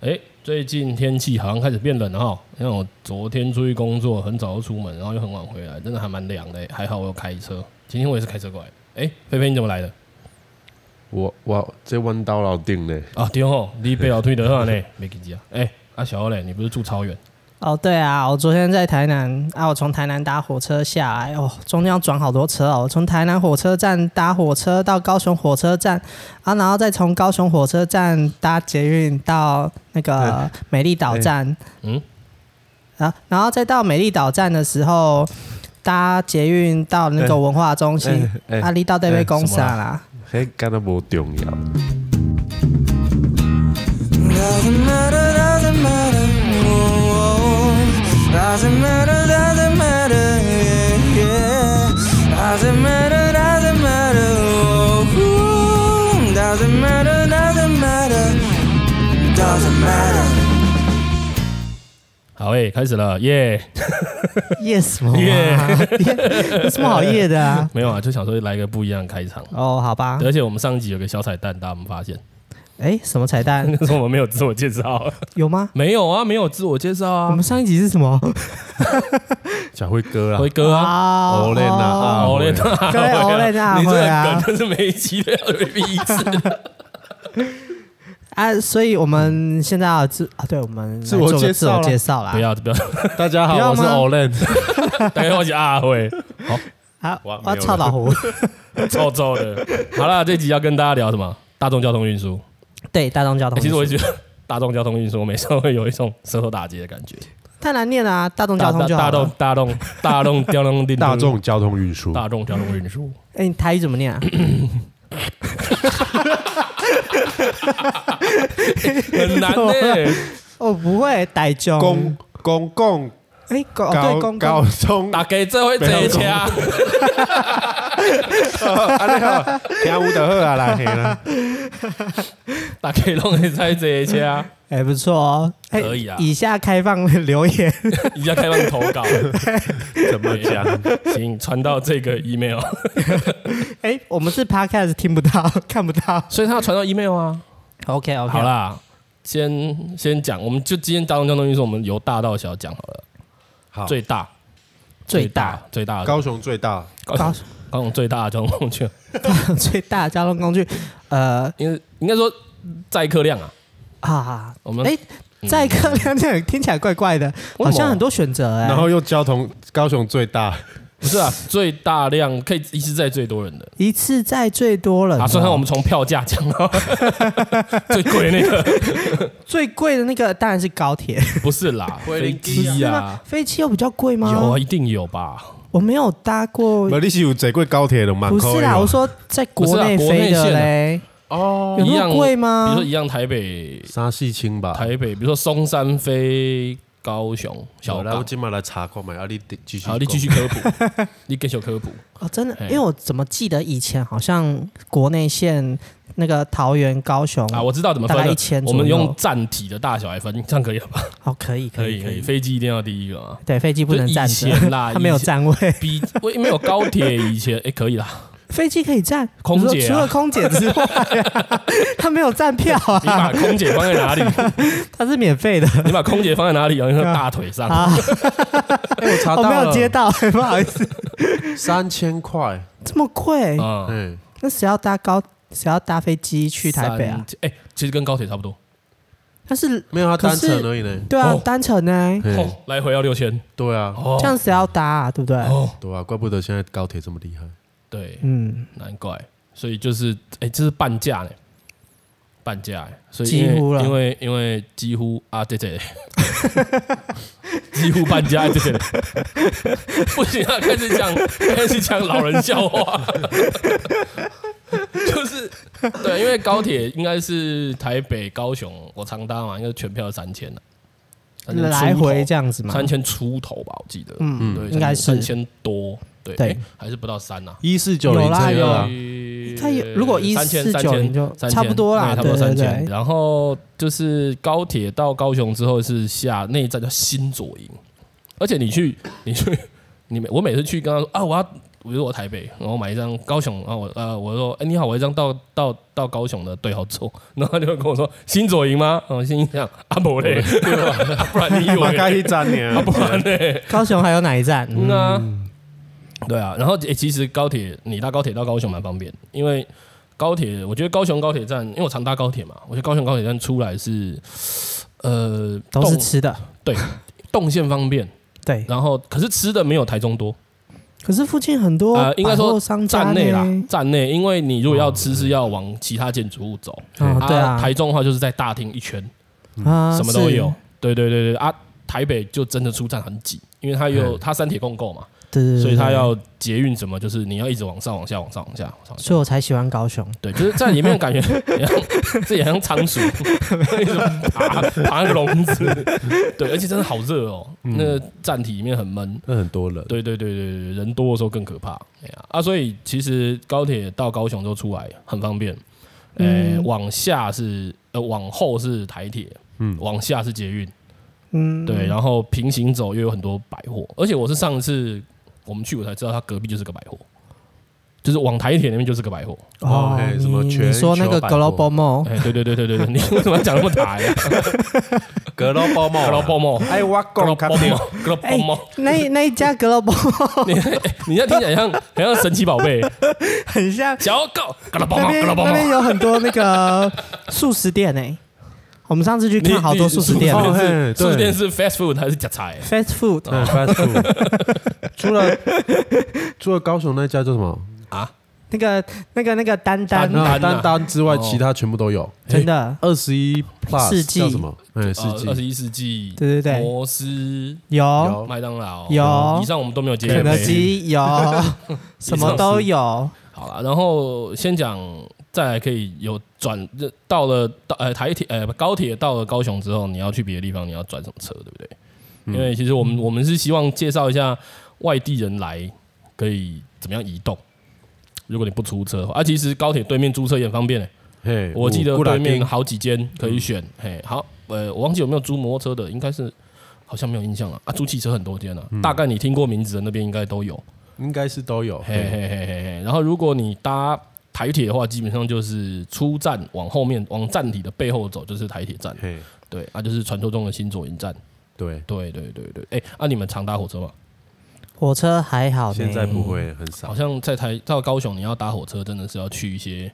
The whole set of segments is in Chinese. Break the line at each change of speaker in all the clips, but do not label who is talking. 哎、最近天气好像开始变冷了哈。因为我昨天出去工作，很早就出门，然后又很晚回来，真的还蛮凉的。还好我有开车，今天我也是开车过来。哎、菲菲你怎么来的？
我我这弯刀老定呢，
啊，对吼，你被老推的话呢，没给啊。哎、啊小欧嘞，你不是住超远？
哦，对啊，我昨天在台南啊，我从台南搭火车下来，哦，中间要转好多车哦。我从台南火车站搭火车到高雄火车站，啊，然后再从高雄火车站搭捷运到那个美丽岛站，
嗯，
啊，然后再到美丽岛站的时候搭捷运到那个文化中心，
哎
啊，
哎，
离到这边公司
什么啊
啦。
嘿，干那无重要，
Doesn't matter, doesn't matter, oh, oh. doesn't matter, doesn't matter, yeah, yeah. Doesn't matter, doesn't matter, oh, oh. doesn't matter, doesn't matter, doesn't matter.
好诶、开始了，耶、
夜什么啊？
耶
有什么好 夜 的啊？
没有啊，就想说来一个不一样的开场。
哦，好吧
对。而且我们上一集有个小彩蛋，大家有没有发现？
哎，什么 彩蛋？
那时候我们没有自我介绍，
有吗？
没有啊，没有自我介绍
我
啊
们，上一集是什么？
小辉哥啦
辉，哥啊，
啊
欧嘞呐，啊
哦，嘞，
欧嘞
大
各位欧雷大
你这
会
个
啊
梗真是每一集都要 repeat 一次。
啊，所以我们现在要自啊，对，我们来
自我
做个
介
自
绍啦
我介绍啦
不。要不要，
大
啊
家
不
好，
要
我是
吗
欧嘞，
大家我是阿辉，
啊，
哇
我要操老 胡，
臭臭的。好啦，这集要跟大家聊什么？大众交通运输。
对，大众交通
欸其
运输。
实我也觉得大众交通运输每次都会有一种舌头打结的感觉。
太难念了啊，大众交
大
通
大
就
大
好
众
了。
大众大众交通运输
大众交通运输，
大众交通运输。
哎，你台语怎么 念啊？
很难呢、
哦，不会，台中
公公共
哎，公哦对
高
公
高
公
中，
打给这会贼车，
安尼好，听有就好啊啦，嘿啦，
打给弄会在贼车，
哎，不错哦。哎
可以啊
以下开放留言，
一下开放投稿，啊
怎么讲？
请传到这个 email。
哎，我们是 podcast 听不到，看不到。
所以他要传到 email 啊。
OK OK，
好，啦，先先讲，我们就今天大众交通运输，我们由大到小讲好了。
好，
最大
最大
最大的
高雄最大，
高
高
雄高雄最大的交通工具，
最大的交通工具，呃
因为应该说载客量啊，
啊，
我们嗯
哎载 客量这样听起来怪怪的，
么
好像很多选择哎
然。后又交通高雄最大，
不是啊，最大量可以一次载最多人的
一次载最多人
啊。
哦
算上我们从票价讲到最贵那个，
最贵的那个当然是高铁，
不是啦，飞机
是
呀
吗， 飞机有比较贵吗？
有啊，一定有吧？
我没有搭过，
无你是有坐过高铁的嘛？
不是啦，我说在国内
不是啊
飞
国内线
的
啊
嘞，
哦，
有
一
那
样
么贵
比如
吗
说？一样台北
三四千吧。
台北，比如说松山飞高雄小
好啦，我
港，
今麦来查看嘛，啊，你继续讲，
好，你继续科普， 你继续科普。
哦，真的，
嘿
因为我怎么记得以前好像国内线那个桃园、高雄
啊，我知道怎么分
大概
了
一千。
我们
左右
用站体的大小来分，这样可以了吧？
哦，可以可以
可
可
以，
以，
飞机一定要第一个啊。
对，飞机不能站
就以前啦
着， 它没有
以前
站位，
比我没有高铁以前，哎，可以啦。
飞机可以站，
空姐啊
你说除了空姐之外 啊，它没有站票
你把
啊，
空姐放在 哪里？
它是免费的。
你把空姐放在哪里？然后大腿上。
啊，
哎，我查
我
到
没
了
有接到， 不好意思，
三千块，
这么贵，
嗯，
嗯，
那谁要搭高？谁要搭飞机去台北啊？
三？哎，其实跟高铁差不多。
但是
没有，他
可
单
是
程而已呢。
对啊，
哦
单程呢，
嘿
哦，来回要六千。
对啊，
哦
这样谁要搭啊？对不对？
哦，
对啊，怪不得现在高铁这么厉害。
对，
嗯，
难怪。所以就是，哎，这是半价呢，半价哎。所以
几
因为
乎了
因为因为几乎啊，对对， 几乎半价，对对。不行啊，开始讲开始讲老人笑话。 就是对，因为高铁应该是台北、高雄，我常搭嘛，应该是全票三千的，3000
来回
出
这样子
头
嘛。
三千出头吧，我记得，
嗯，
对，
应该是
三千多，对，
对
诶还是不到三呐。啊
一四九
有
零
啦
这个啊
有，它哎有如果
3000
1490就
3000
差不多啦
对差不多
对
三
对对
千。然后就是高铁到高雄之后是下那 一站叫新左营，而且你去你去你每我每次去跟他说啊，我要比如说我台北，然后买一张高雄，然后我呃我说，哎、你好，我一张到到到高雄的对号座，然后他就会跟我说新左营吗？嗯，心想阿伯 嘞， 不然你以
马盖
为
一站呢，
不然嘞，
高雄还有哪一 站？
嗯啊，对啊，然后、诶其实高铁你搭高铁到高雄蛮方便，因为高铁我觉得高雄高铁站，因为我常搭高铁嘛，我觉得高雄高铁站出来是呃
都是
动
吃的，
动线方便，
对。
然后可是吃的没有台中多。
可是附近很多
呃应该说
哦百货商家
站内啦
呢，
站内，因为你如果要吃是要往其他建筑物走。
哦，对啊，
台中的话就是在大厅一圈，
啊
嗯什么都
是
有。对对对对啊，台北就真的出站很紧，因为它有
嗯
它三铁共构嘛，
对对对，
所以
嗯对
它，要捷运什么，就是你要一直往上往下往上往下往上。
所以我才喜欢高雄。
对，就是在里面感觉 很像自己很像仓鼠， 一种爬爬那个笼子。对，而且真的好热哦，那个站体里面很闷。
那很多人，
对对对对对，人多的时候更可怕。哎呀啊，所以其实高铁到高雄之后出来很方便。呃、
嗯
往下是呃，往后是台铁，嗯，往下是捷运，
嗯，
对，然后平行走又有很多百货，而且我是上次我们去我才知道，它隔壁就是个百货，就是往台铁那边就是个百货。
哦嘿
你
什么全
你说那个
球百货
Global Mall，
哎、对对对对对 对，你为什么要讲那么大呀？
格罗包帽，
格罗包帽，
哎，我
格罗
讲
包
卡掉
帽，格罗包帽，
那那一家 Global Mall
你 你这样听起来像很像神奇宝贝，
很像
小狗格罗包
那
帽，
边
格罗包
那
帽
边。有很多那 个素食店诶，我们上次去
你
看好多素食店
你
哎素
哦
食
嘿
店是素食
对
店是 fast food 还是假菜？
，fast food
嗯
对，fast food。除了除了高雄那一家叫什么
那个那个那个丹丹
丹丹啊
丹丹之外，
哦
其他全部都有。
真的
二十一 plus
世纪
叫什么？哎，世
哦呃二十
纪
一世纪，
对对对
摩斯、
有
有
麦当劳
有
以上我们都没有接
肯德
业配。
基有 什么都有，
好了，然后先讲，再来可以有转到了到呃台铁呃高铁到了高雄之后，你要去别的地方，你要转什么车，对不对？
嗯
因为其实我们我们是希望介绍一下外地人来可以怎么样移动。如果你不出车的话，啊，其实高铁对面租车也很方便、欸。
嘿，
我记得
古拉
对面
丁嗯
好几间可以选，嘿，好，呃，我忘记有没有租摩托车的，应该是好像没有印象了啊，租汽车很多间了，
嗯
大概你听过名字的那边应该都有，
应该是都有。
嘿
嘿
嘿嘿嘿嘿。然后如果你搭台铁的话，基本上就是出站往后面往站体的背后走就是台铁站，
嘿，
对，啊，就是传说中的新左营站，
对，
对对对对，哎，啊，你们常搭火车吗？
火车还好呢，
现在不会很
好
少。
像在台到高雄，你要搭火车真的是要去一些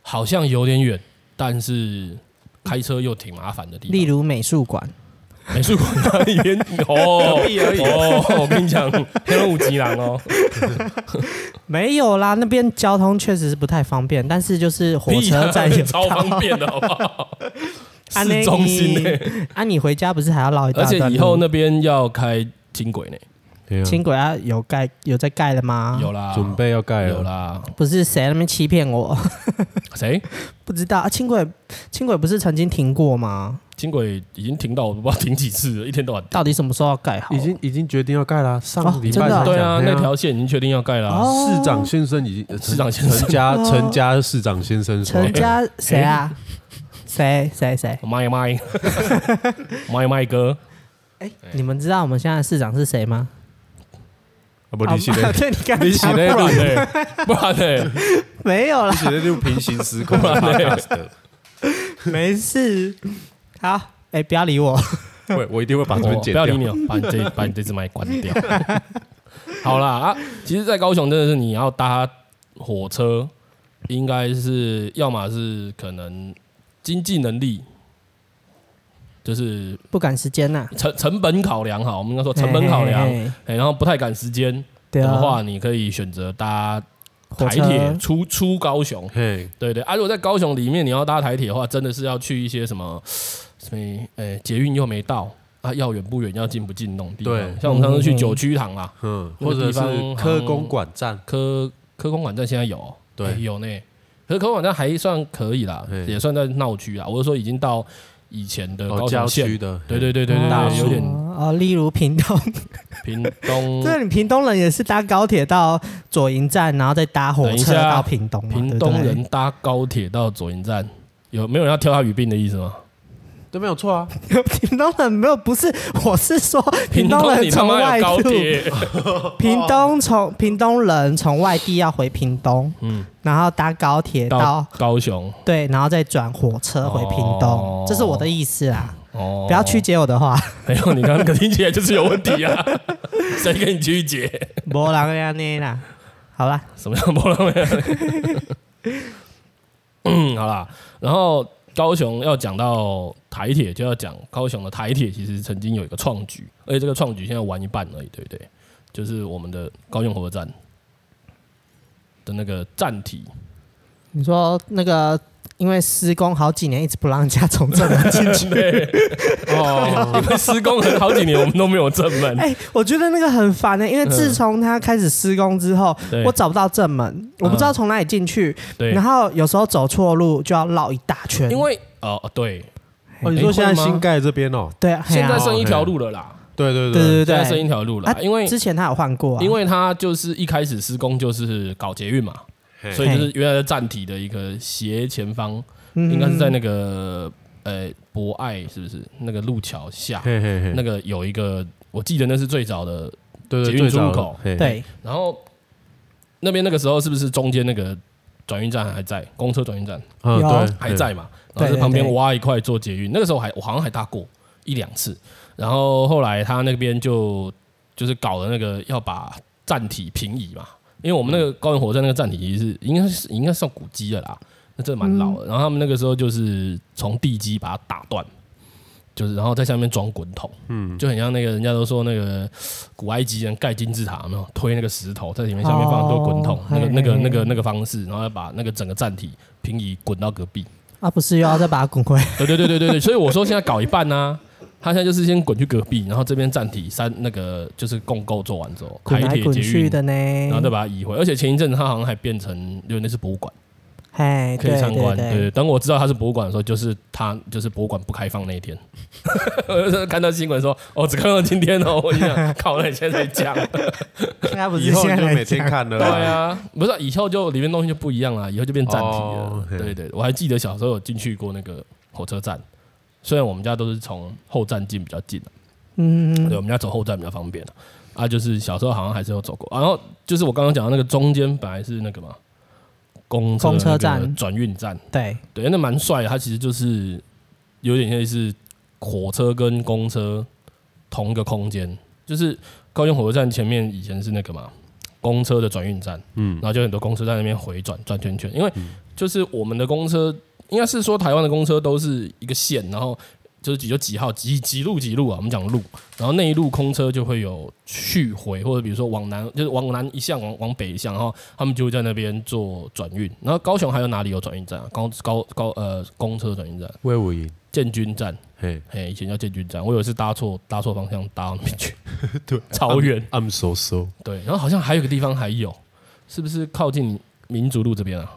好像有点远，但是开车又挺麻烦的地方，
例如美术馆，
美术馆那里边 哦，哦，我跟你讲，黑龙五吉郎 哦，
没有啦，那边交通确实是不太方便，但是就是火
屁啦
车 站有
超方便的好不 好？市中心呢，
啊，你回家不是还要绕一大
而
段路？
且以后那边要开轻轨呢，
嘿啊
轻轨啊有盖有在盖了吗？
有啦，
准备要盖
有
了，
啦，
不是谁在那边欺骗我，
谁？
不知道啊。轻轨轻轨不是曾经停过吗？
轻轨已经停到我不知道停几次了，一天到晚。啊
到底什么时候要盖好？
已经已经决定要盖啦。
哦
上礼
真
拜
的啊
才
对啊，
讲嘿
那条线已经确定要盖了啊。
哦
市长先生已经呃
市长先生
陈家
哦
陈家市长先生说
陈，家
哎
谁啊？谁谁谁？
妈呀 妈呀，妈呀妈呀哥，
哎，你们知道我们现在的市长是谁吗？
啊不，你写
啊
的
对，你刚刚
你是
讲
嘞
不然呢？不然呢？
没有啦
你，写的就平行时空的 podcast，
没事。好，哎，不要理我。
会我一定会把这边
我
剪
不要
掉。
理你 哦，把你这把你这只麦关掉。 好啦啊，其实，在高雄真的是你要搭火车，应该是要么是可能经济能力，就是
不赶时间呐、
成成本考量哈，我们应该说成本考量，
嘿嘿嘿
哎然后不太赶时间
对啊，
的话，你可以选择搭
火
台
车
铁出出高雄。
嘿，
对对，啊，如果在高雄里面你要搭台铁的话，真的是要去一些什么什么，呃，捷运又没到啊，要远不远，要近不近那种地方。
对
像我们上次
嗯
去九曲堂啦，
嗯，
那个
或者
地
是
方
科工馆站，
科科工馆站现在有，
对
哎有呢。可是科工馆站还算可以啦，
对
也算在闹区啦。我是说已经到以前的
哦，
高
郊
雄县，
区的，
对对对对对，
大
对，
树
有点
哦，例如屏东，
嗯屏东。
对，你屏东人也是搭高铁到左营站，然后再搭火
等一
车
下
到屏东嘛，
屏
对不
东
对
人搭高铁到左营站，有没有人要挑他语病的意思吗？
都没有错啊。
屏东人没有，不是，我是说
屏
屏东
东
人
你他
从
妈
外
有高
地，
铁，
屏东从屏东人从外地要回屏东，
嗯，
然后搭高铁
到
到
高雄
对，然后再转火车回屏
哦
东，这是我的意思啦，
哦，
不要曲。解我的 话，
哎呦，你刚刚那个听起来就是有问题啊！谁跟你曲解？
没人要你啦，好啦，
什么样波浪没有？嗯，好啦，然后高雄要讲到台铁，就要讲高雄的台铁，其实曾经有一个创举，而且这个创举现在玩一半而已，对不对？就是我们的高雄火车站的那个站体，，
你说那个因为施工好几年一直不让人家从正门进去
对，
哦，
因为施工了好几年，我们都没有正门，
哎、我觉得那个很烦的、欸因为自从他开始施工之后，
对
我找不到正门，我不知道从哪里进去，
对
然，后有时候走错路就要绕一大圈，
因为哦，对，
哦，你
哎
说现在
会吗
新盖这边哦？
对啊，
现在
嘿啊
剩一条路了啦，
对对
对对
现在剩
对
一条路了
啊
啦，因为
对，之前他有换过、啊，
因为它就是一开始施工就是搞捷运嘛，
嘿
所以就是原来的站体的一个斜前方，
嗯
应该是在那个呃博爱是不是那个路桥下
嘿嘿嘿，
那个有一个，我记得那是最早的，
对
捷
对
运
最早
出口
嘿
对
然后那边那个时候是不是中间那个转运站还在，公车转运站
有
嗯对
还在嘛？然后在旁边挖一块做捷运，那个时候还我好像还搭过一两次，然后后来他那边就就是搞了那个要把站体平移嘛，因为我们那个高原火车站那个站体其实是应该是应该算古迹了啦，那真的蛮老的。
嗯
然后他们那个时候就是从地基把它打断。就是，然后在下面装滚筒，嗯，就很像那个人家都说那个古埃及人盖金字塔，有没有推那个石头在里面，下面放很多滚筒，
哦
那个
嘿
那个
嘿
那个那个方式，然后要把那个整个站体平移滚到隔壁，
啊，不是又要再把它滚 回来，
对对对对对对，所以我说现在搞一半呢、啊他现在就是先滚去隔壁，然后这边站体三那个就是共购做完之后，台
滚来
铁
滚
捷
去
运，
的呢，
然后再把它移回。而且前一阵子他好像还变成就那是博物馆，
哎，
可以
对
参观。
对
对
对，
等我知道它是博物馆的时候，就是他就是博物馆不开放那一天。 我就看到新闻说，哦，只看到今天哦，我就想，靠，那你现在才讲，
应该不
以
是
后
现在
你就
来
每天
讲
看了
对
啦。
啊，不是啊以后就里面东西就不一样了，以后就变站体了
哦。嘿
对对，我还记得小时候有进去过那个火车站，虽然我们家都是从后站进比较近啊
嗯，
对，我们家走后站比较方便啊。啊，就是小时候好像还是有走过。然后就是我刚刚讲的那个中间本来是那个嘛，公车
公车
那个
站
转运站，
对，
对，那蛮帅的。它其实就是有点类似火车跟公车同一个空间，就是高雄火车站前面以前是那个嘛公车的转运站，嗯，然后就很多公车在那边回转转圈圈，因为就是我们的公车应该是说台湾的公车都是一个线，然后就是几就几号几几路几路啊，我们讲路，然后那一路空车就会有去回，或者比如说往南就是往南一项往往北一项，然后他们就会在那边做转运。然后高雄还有哪里有转运站啊？高高高呃公车转运站，
魏武营，
建军站，
嘿
嘿，以前叫建军站，我有一次搭错搭错方向搭到那边 去，对，超远。
，I'm so so，
对，然后好像还有一个地方还有，是不是靠近民族路这边啊？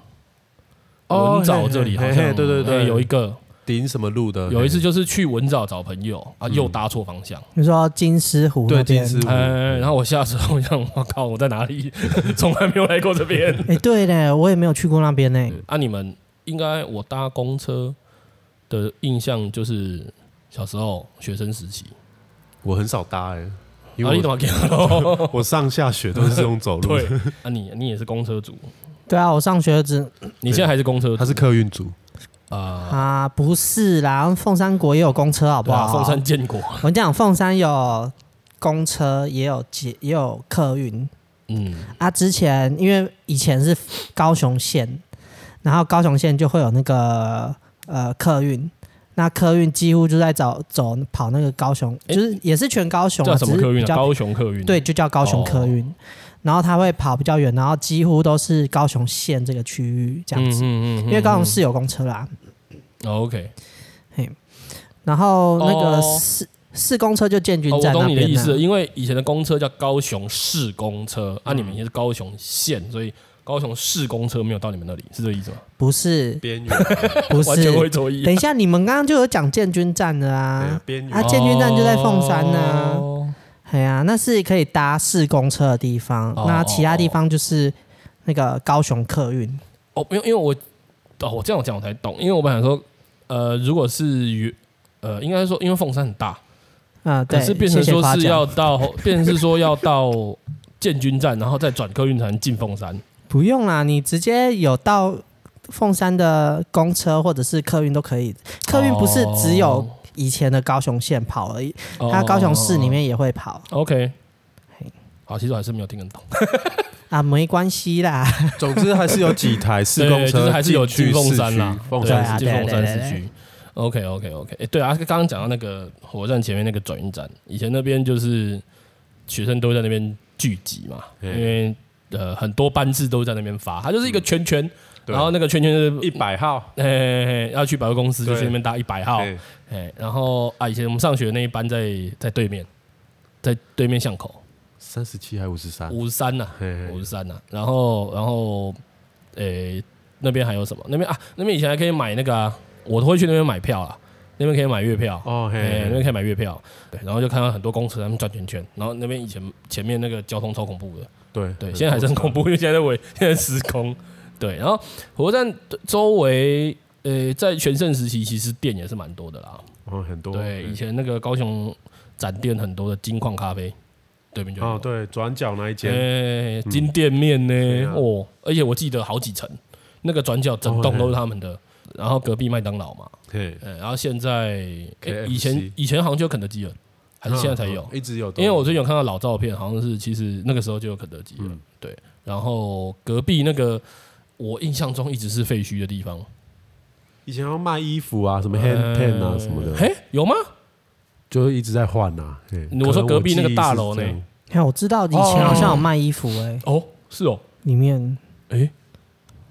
哦
文藻这里好
嘿嘿
像
嘿对对对
嘿有一个，
顶什么路的？哎
有一次
嘿
就是去文藻找朋友
嗯
啊，又搭错方向。
你说金丝湖那
对
边
金，丝
哎，
湖，
然后我下车，我想，我靠，我在哪里？ 从来没有来过这边。
哎，对嘞，我也没有去过那边呢，
啊，你们应该我搭公车的印象就是小时候学生时期，
我很少搭哎，因
啊你
为
怎
我
么给我
我上下学都是用走路
对，，啊你你也是公车族，
对啊，我上学只
你现在还是公车
他
族
是客运组，
啊？
啊，不是啦，凤山国也有公车，好不
对啊，
好？
凤山，建国，
我跟你讲，凤山有公车，也有捷，也有客运
嗯，
啊。之前因为以前是高雄县，然后高雄县就会有那个呃客运。那客运几乎就在走走跑那个高雄，
诶
就是也是全高雄、啊，
叫什么
只是
客运
比
啊？
较
高雄哦客运，
对，，就叫高雄客运。然后它会跑比较远，然后几乎都是高雄县这个区域这样子，
嗯
因为高雄市有公车啦。
哦，OK，
然后那个
哦
市、市公车就建军
哦，我
站那
懂你的
边啊
意思了，
啦。
因为以前的公车叫高雄市公车，
嗯
啊，你们以前是高雄县，所以高雄市公车没有到你们那里，是这个意思吗？
不是
边缘
不
完全不会
是，
错意
等一下你们刚刚就有讲建军站的
对
啊，
边
啊
缘，
建军站就在凤山呢、
哦
哎呀、那是可以搭市公车的地方，
哦
那其他地方就是那个高雄客运。
哦，因为因为我哦，我这样讲我才懂，因为我本来想说，呃，如果是原呃，应该说因为凤山很大，
嗯，
可
对，
是变成
谢谢
说
夸
是
奖
要到，变成是说要到建军站，然后再转客运才能进凤山。
不用啦，你直接有到凤山的公车或者是客运都可以。客运不是只有以前的高雄县跑而已，
哦
它高雄市里面也会跑
哦哦哦 OK
嘿。
好，其实我还是没有听得懂。
啊，没关系啦。
总之还是有几台四公
对
车，
就是还是有去
进
凤
市
山
区
啦，
凤
对
山
还是进
市区
对啊
凤山
对
市
对
区。OK OK OK，哎，对啊，刚刚讲到那个火车站前面那个转运站，以前那边就是学生都会在那边聚集嘛，因
嗯
为呃很多班次都在那边发，它就是一个圈圈，
对
然后那个圈圈就是
一百号，
嘿嘿嘿，要去百货公司就去那边搭一百号，
对
哎，然后啊，以前我们上学的那一班在在对面，在对面巷口
三十七还五十三，
五十三呐，
嘿
五十三呐，然后然后，诶、那边还有什么？那边啊，那边以前还可以买那个、啊，我都会去那边买票啊，那边可以买月票。
哦嘿
哎、那
嘿，
边可以买月票，对，然后就看到很多公车他们转圈圈，然后那边以前前面那个交通超恐怖的，
对
对，现在还是很恐怖，因为现在在围， 现在施工，对，然后火车站周围，呃，在全盛时期其实店也是蛮多的啦，
哦，很多
对，以前那个高雄展店很多的金矿咖啡，对面就有
哦，对，转角那一间，嗯
哎，金店面
对
呢
啊，
哦，而且我记得好几层，那个转角整栋都是他们的，然后隔壁麦当劳嘛，
嘿，
哎然后现在哎
KFC
以前以前好像就有肯德基了，还是现在才有
嗯？一直有，
因为我最近有看到老照片，好像是其实那个时候就有肯德基了
嗯，
对，然后隔壁那个。我印象中一直是废墟的地方，
以前要卖衣服啊，什么 hand pen 啊什么的，
呃嘿，有吗？
就是一直在换呐。嘿
你我说
可能
隔壁那个
记忆
大
是
楼
这样
呢
哎、我知道以前好像有卖衣服哎、
哦，是哦，
里面
哎，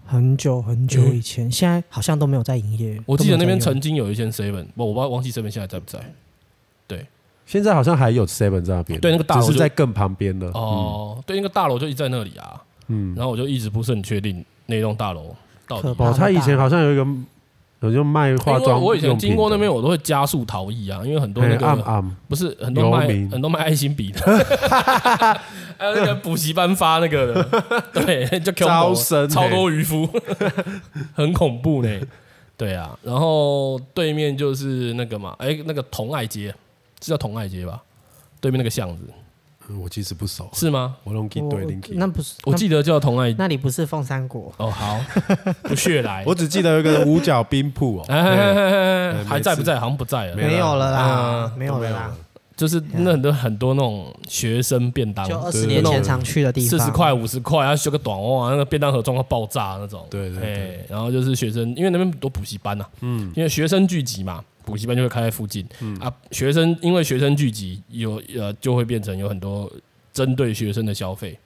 很久很久以前，现在好像都没有在营业。
我记得那边
都没有
啊
在用
曾经有一间 seven，不，我不知道忘记 seven 现在在不在。
现在好像还有 Seven 在那边，
对那个大楼
只是
就
在更旁边的。
哦、对，那个大楼就一直在那里啊。
嗯，
然后我就一直不是很确定那栋大楼到底
可。怕
哦，他以前好像有一个，有就卖化
哎因为
妆，哎
我以前经过那边，，我都会加速逃逸啊，因为很多那
暗
个
暗，
不是很多卖
游民
很多卖爱心笔的，还有那个补习班发那个的，对，就恐怖
招生欸
超多渔夫，很恐怖呢。对啊，然后对面就是那个嘛，哎，那个同爱街是叫同爱街吧？对面那个巷子
嗯我其实不熟，
是吗？
我弄给对
我
Linky，
那不是
我记得叫同爱
那那里不是凤山国，
哦，好，不屑来。
我只记得有一个五角冰铺哦，
哎哎哎
嘿
哎哎
哎
还在不在？好像不在了。
没了
没有了啦，
嗯
没有了啦，
就是那很多很多那种学生便当，
就二
对
十年
那
前
种
常去的地
四
方，
十块、五十块，然后修个短袜，那个便当盒装到爆炸那种。
对对对
哎，然后就是学生，因为那边很多补习班呐，嗯，因为学生聚集嘛，补习班就会开在附近。
嗯
啊，学生因为学生聚集有呃，就会变成有很多针对学生的消费。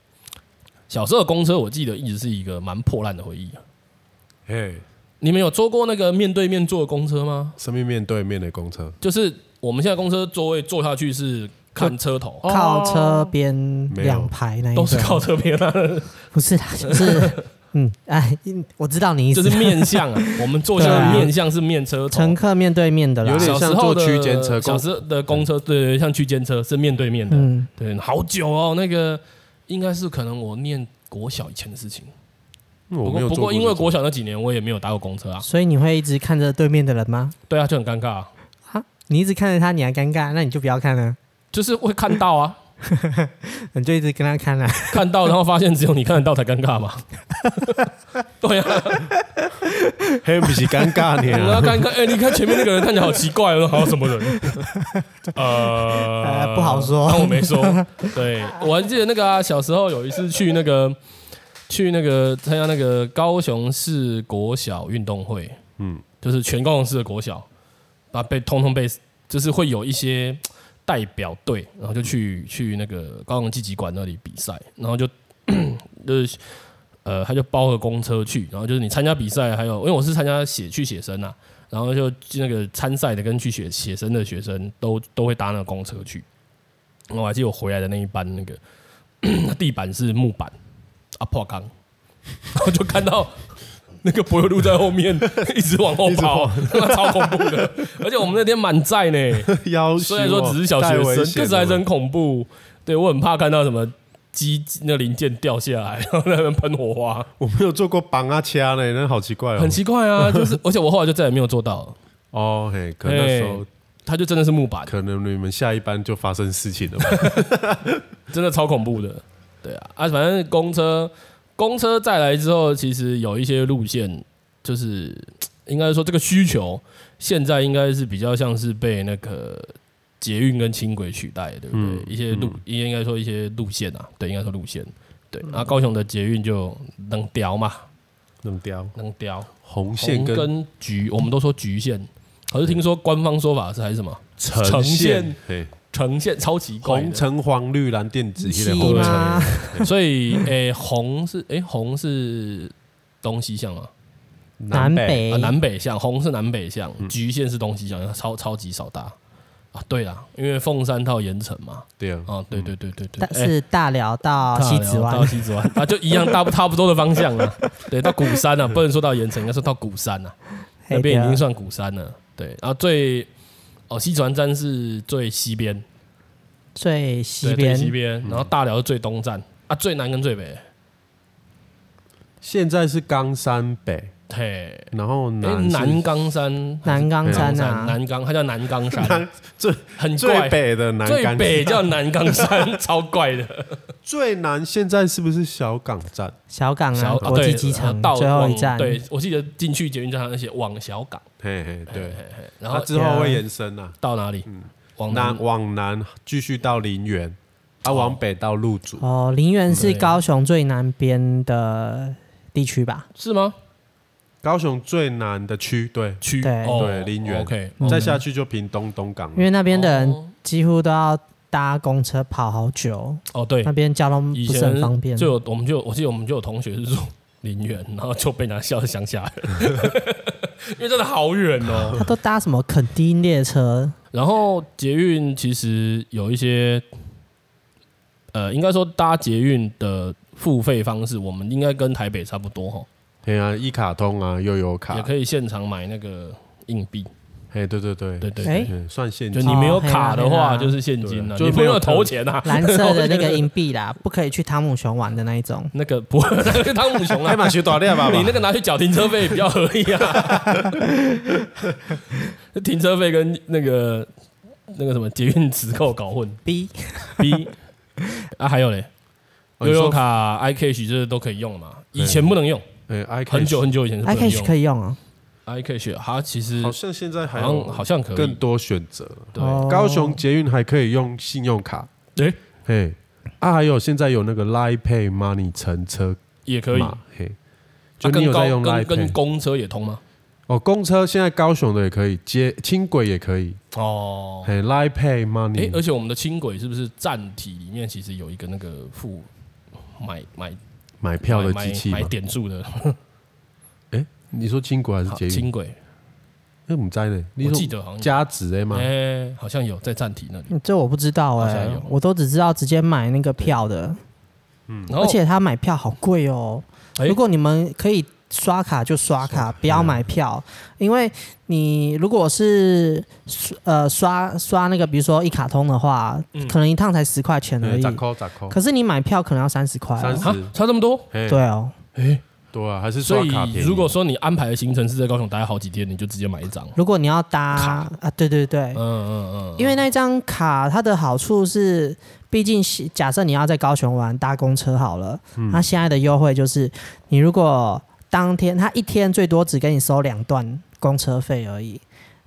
小时候的公车，我记得一直是一个蛮破烂的回忆啊。
嘿，
你们有坐过那个面对面坐的公车吗？
生命面对面的公车，
就是我们现在公车座位坐下去是看车头，
靠车边
没有
两排那一
哦都是
种
靠车边啊，
不是啦，就是嗯，哎，嗯我知道你意
就
思，
是面向啊。我们坐下
对
的
啊
面向是面车头
乘。客面啊对面的啦
有。点
小时
像
候
坐
的
区间车
小
公
时候的公车，对对对，像区间车是面对面的，
嗯，
对，好久哦，那个应该是可能我念国小以前的事情。
嗯
不
我没
过
有
不
坐
过
过这种，
因为国小那几年我也没有搭过公车啊，
所以你会一直看着对面的人吗？
对啊，就很尴尬啊，
啊，你一直看着他，你还尴尬，那你就不要看了，
就是会看到啊，
你就一直跟他看啊。
看到然后发现只有你看得到才尴尬 嘛。对啊，
嘿不是尴尬
我要
呢，
看看，哎、你看前面那个人看起来好奇怪哦，还有什么 人？呃
呃不好说
当我没说。对，我还记得那个啊，小时候有一次去那个去那个参加那个高雄市国小运动会，嗯
嗯，
就是全高雄市的国小，啊，被通通被就是会有一些代表队，然后就去去那个高雄纪集馆那里比赛，然后就 就是呃，他就包个公车去，然后就是你参加比赛，还有因为我是参加写去写生啊，然后就那个参赛的跟去写写生的学生都都会搭那个公车去。我还记得我回来的那一班，那个 地板是木板啊破缸，然后就看到 那个柏油路在后面 一直往后跑， 那超恐怖的。而且我们那天满载 呢，
要
虽然说只是小哦学生，但是还是很恐怖。对我很怕看到什么机那零件掉下来，然后在那边喷火花，
我没有坐过绑啊掐呢，那好奇怪哦
很，奇怪啊。就是而且我后来就再也没有做到了。
哦嘿，可能那时候
它就真的是木板，
可能你们下一班就发生事情 了吧？
真的超恐怖的。对啊，啊，反正公车，公车再来之后，其实有一些路线，就是应该说这个需求，现在应该是比较像是被那个捷运跟轻轨取代，对不对？
嗯嗯
一些路，应该说一些路线啊，对，应该说路线。对，然后高雄的捷运就能屌嘛，
弄掉
能屌，
红线
红
跟
跟橘，我们都说橘线，可是听说官方说法是还是什么
橙
线
线，、嘿
橙线，超级怪的
红橙黄绿蓝靛紫，一
是
个红橙
吗？
所以，诶、红是诶、红是东西向吗？
南北
啊，南北向，红是南北向，
嗯
橘线是东西向，超超级少搭啊。对啦，因为凤山到盐城嘛，
对啊，
啊，对对对对对，
嗯但是大寮到
诶
西子
哎大寮到
湾，
西子湾啊，就一样大不差不多的方向 啊。对，到鼓山啊，不能说到盐城，应该说到鼓山啊，那边已经算鼓山了。对，然、后最哦，西子湾站是最西边，
最西
对最
边，
西边，然后大寮是最东站啊，最南跟最北，
现在是冈山北，
嘿。
然后
哎，
南
南
是
冈山，
南冈山
冈山，
啊，
南冈，它叫南冈山
南， 最
很
最
怪，
北的南
最
冈，
北叫南冈山，超怪的。
最南现在是不是小港站？
小港啊，
小
国
对
际机场
呃到
最后
往
一站，
对我记得进去捷运站上写往小港，
嘿嘿，对，
然
它
后
之后会延伸啊，
到哪里？往南
南。往南继续到林园，啊，往北到鹿竹，
哦，林园是
对
高雄最南边的地区吧？
是吗？
高雄最南的区，对，
区
对
哦
对林园
OK，嗯
再下去就屏东东港了
因。为那边的人
哦
几乎都要搭公车跑好久，
哦对
那，边交通
以
不是很方便
前。就有我们就有我记得我们就有同学是住林园，然后就被拿笑乡下人，因为真的好远哦。
他都搭什么垦丁列车？
然后捷运其实有一些，呃，应该说搭捷运的付费方式，我们应该跟台北差不多哈，
对啊，一卡通啊，又有
也
卡，
可以现场买那个硬币。
嘿，对对对，
对对
哎
对，
嗯，算现
就
金，
你没有卡的
哦嘿啦嘿
话，
啦
就是现金了，你
对啊就是
不
没有
用投钱啊。
蓝色的那个银币啦，不可以去汤姆熊玩的那 一种。
那个不，那个汤姆熊啊
开，马学打猎吧，
你那个拿去缴停车费比较合理啊。 停车费跟那个那个什么捷运直扣搞混
B
B 啊，还有嘞。
哦
悠
你
悠
说
卡、iCash 这些都可以用嘛？
对
以前不能用，
哎，i
很久很久以前是不
I
能
Cash 啊可
用。
以用哦。
iCash 它其实
好像现在还
好
有
像好像可
更
以，
多选择了。
对
哦
高雄捷运还可以用信用卡，
诶
嘿，啊，还有现在有那个 Line Pay Money 乘车
也可以。
码
啊，
嘿，就你
跟
有在用
高
Line
跟跟
Pay
公车也通吗？
哦，公车现在高雄的也可以，接轻轨也可以，
哦，
嘿，Line Pay
哎，而
Money，
且我们的轻轨是不是站体里面其实有一个那个付买买
买票的
买
机器嘛
买，点数的
哎，你说轻轨还是
好
捷运？
轻轨？
那我们在呢？你
我记
说
得好像
加值的吗？
哎，好像有在站体那里。
嗯这我不知道哎、
好像有
我都只知道直接买那个票的，
嗯
然后
而且他买票好贵哦。
哎
如果你们可以刷卡就刷卡，不要买票，因为你如果是呃刷刷那个，比如说一卡通的话，
嗯
可能一趟才十块钱而
嗯
已
咋。扣咋扣，
可是你买票可能要三十块哦、
30
啊差这么多，
嘿，
对哦，
对啊，还是刷
所
卡
以
便宜
如果说你安排的行程是在高雄待好几天，你就直接买一张。
如果你要搭啊，对对对，
嗯嗯嗯，
因为那张卡它的好处是，毕竟是假设你要在高雄玩搭公车好了，
嗯
它现在的优惠就是，你如果当天它一天最多只给你收两段公车费而已，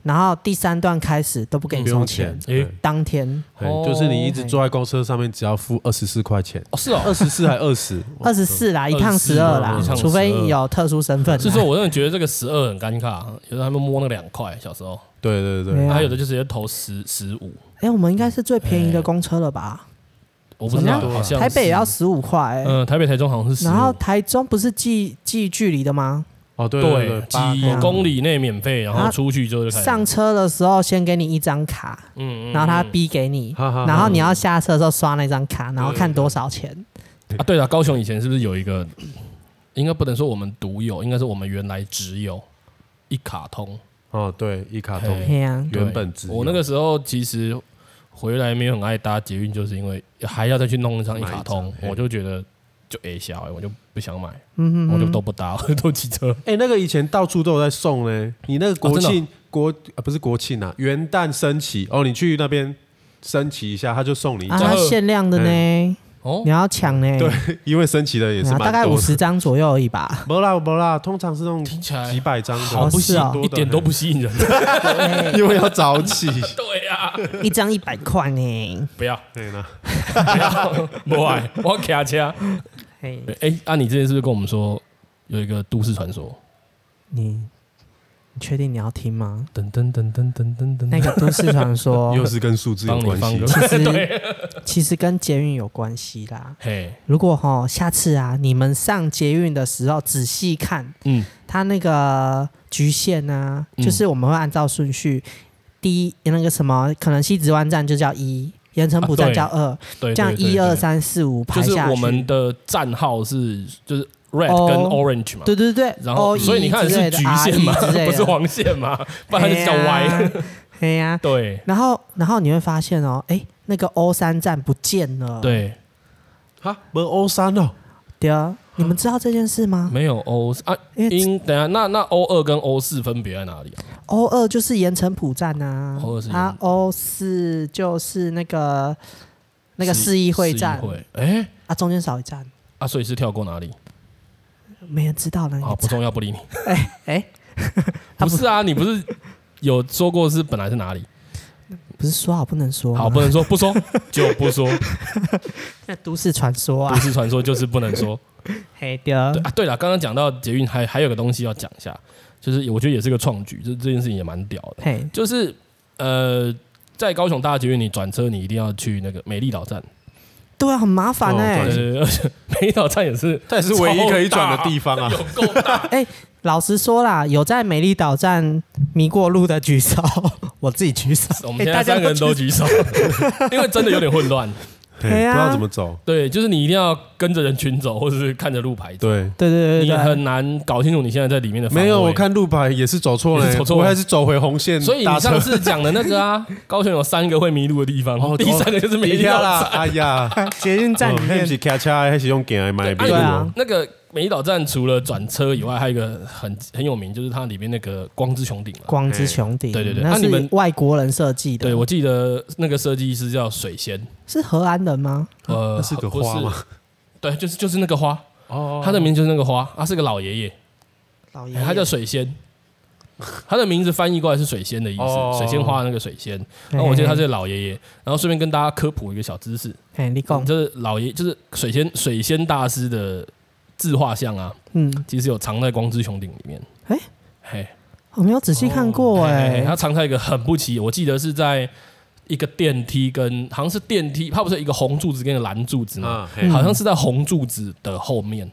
然后第三段开始都不给
不
你收
用
钱，
钱，
诶
对
当天
对
哦
就是你一直坐在公车上面，只要付二十四块钱，
哦是哦，
二十四还二十，
二十四啦，一趟十二啦
一趟，12
除非你有特殊身份啦，
是说，我真的觉得这个十二很尴尬，有的他们摸那两块，小时候，
对对对
没
对
还、
啊
有的就直接投十
嗯
十五，
哎，我们应该是最便宜的公车了吧？
我不知道，
怎么样
好像
台北也要
是，
十五块，哎
哎嗯、台北、台中好像是十
然后
五，
台中不是计计距离的吗？
哦对对
对
对，，八啊
几公里内免费，然后
啊
出去之后就开始
上，车的时候先给你一张卡，
嗯
然后他逼给你，
哈哈哈
然后你要下车的时候刷那张卡，然后看多少钱。
啊，对了，高雄以前是不是有一个，应该不能说我们独有，应该是我们原来只有一卡通，
哦对，一卡
嘿
通
对呀，
对哦
原本只有
我那个时候其实回来没有很爱搭捷运，就是因为还要再去弄一张一卡
买
通
一，张嘿
我就觉得就哎小哎，我就不想买，
嗯哼
我就
哼，
都不搭，我都骑车。
哎、那个以前到处都有在送呢。你那个国庆、
哦真
国呃不是国庆啊，元旦升旗哦，你去那边升旗一下，他就送你一
啊，
张，
它限量的呢，
哦
你，要抢呢，
对，因为升旗的也是
啊大
蛮
概
多
五
的
十张左右而已吧。
没啦没啦，通常是那种
听起来
几百张的，
好不
是
吸
啊，
一点都不吸引人。
因为要早 起。
对呀，
一张一百块呢。
不要
对呢，
不要，不爱，我卡车。
嘿，
对哎，啊，你之前是不是跟我们说有一个都市传说？
你你确定你要听吗？
噔噔噔噔噔噔
那
噔，
个都市传说
又是跟数字 有
帮你
关
放
系
歌。。
其实
对，
其实跟捷运有关系啦。
嘿，
如果哈、下次啊，你们上捷运的时候仔细看
嗯，
它那个局限啊，
嗯
就是我们会按照顺序，第一那个什么，可能西子湾站就叫一，盐城埔
啊
站
对
叫二、
对，
这样
对对
一
对
二三四五排
就是
下去。
我们的站号是就是 red
哦
跟 orange 嘛。
对对对，
然后，
O1
所以你看
哦之类
是
的
局限嘛，
，R1 之 类
不
的
是黄线嘛，不然就叫 Y。。
哎呀，
对
然后然后你会发现哦，哎，那个 O 三站不见了。
对，
哈，没欧三 哦，
对啊，你们知道这件事吗？
没有 O 啊，
因为
因等一下那那 O 二跟 O 四分别在哪里啊？
O 二就是盐城浦站啊
O2 是，盐
它 O 四就是那个那个市议会站
市议会，哎
啊，中间少一站，
啊，所以是跳过哪里？
没人知道那
好，
个
不
站。
重要，不理你。
哎， 他
不
不
是啊，你不是有说过是本来是哪里？
不是说好啊不能说吗，
好，不能说，不说就不说，
那 都市传说
不
啊，
是传说就是不能 说。
嘿对啊
对啊，对了，刚刚讲到捷运，还还有个东西要讲一下，就是我觉得也是个创举，这这件事情也蛮屌的，
嘿，
就是呃，在高雄大捷运你转车，你一定要去那个美丽岛站，
对啊，很麻烦
哦
哎
对。
呃，而且美丽岛站也是
它也是唯一可以转的地方啊。
有 够大，
老实说啦，有在美丽岛站迷过路的举手， 我自己举手。
我们现
哎
在
大家
三个人都
举
举手， 因为真的有点混乱。
嘿
对啊
不知道怎么走。
对，就是你一定要跟着人群走，或者是看着路牌走，
对，
对对
你
对对
很难搞清楚你现在在里面的。
没有，我。看路牌也是走错
也是
了，欸
走错了
我还是走回红线
所以
搭
你
车
上。次讲的那个啊， 高雄有三个会迷路的地方，
哦
第三个 就是美丽
底下
岛
啦
站。，
哎呀，
对，捷运 站里
哦那不
面
是开车的，还是用行的买
对
路
对
哦
啊。
那个美丽岛站除了转车以外，还有一个很很有名，就是它里面那个光之穹顶嘛。
光之穹顶，
对对对
那
啊你们
是外国人设计的，
对，我记得那个设计师叫水仙，
是荷兰人吗？
呃，
啊那是个
不
花吗？？
对，就是就是那个花，
哦
他的名字就是那个花，啊他是个老爷爷，
老爷
哎他叫水仙，他的名字翻译过来是水仙的意
哦
思，水仙花的那个水仙。然哦后我记得他是个老爷爷，然后顺便跟大家科普一个小知识，
哎，立功，
就是老爷就是水仙水仙大师的自画像啊，
嗯，
其实有藏在光之穹顶里面。
哎
嘿。
我没有仔细看过
哎，
哎
它，藏在一个很不起眼，我记得是在一个电梯跟好像是电梯，它不是有一个红柱子跟一个蓝柱子吗？
啊，嘿
好像是在红柱子的后面，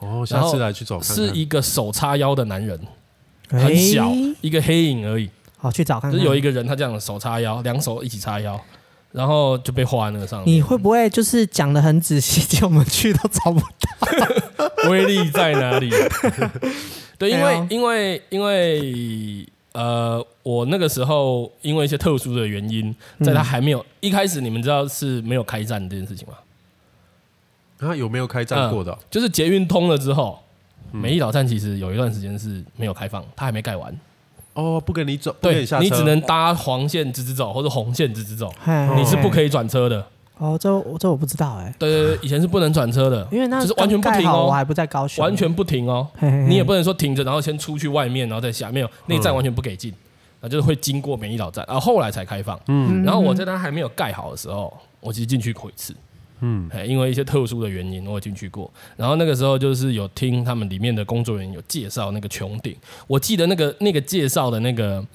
哦，下次来去走看看。
是一个手叉腰的男人，
哎
很小，一个黑影而已。
好去找看
就
看。
是有一个人，他这样手叉腰，两手一起叉腰，然后就被画在那个上面。
你会不会就是讲的很仔细，结果我们去都找不到？
威力在哪 里？对，因
哎
为
呦
因为因为呃，我那个时候因为一些特殊的原因，在
嗯
他还没有一开始，你们知道是没有开战这件事情吗？
啊，有没有开战过的？
就是捷运通了之后，
嗯
美丽岛站其实有一段时间是没有开放，它还没盖完，
哦，不跟你走，不跟
对
你下车，
你只能搭黄线直直走或者红线直直走，
嗯
嘿
你是不可
以
以转车的。
哦，这我这我不知道哎，
对对对， 以前是不能转车的，
因为那
就是完全不
刚盖
停
好
哦
我还不嗯在高雄，
完全不停哦。
嘿，嘿嘿
你也不能说停着，然后先出去外面，然后再下，没
嗯
有那一站完全不给进，那就是会经过美丽岛站，啊，后来才开放。嗯，然后我在它还没有盖好的时候，我其实进去过一次。嗯，因为一些特殊的原因，我有进去过。然后那个时候就是有听他们里面的工作人员有介绍那个穹顶，我记得那个那个介绍的那个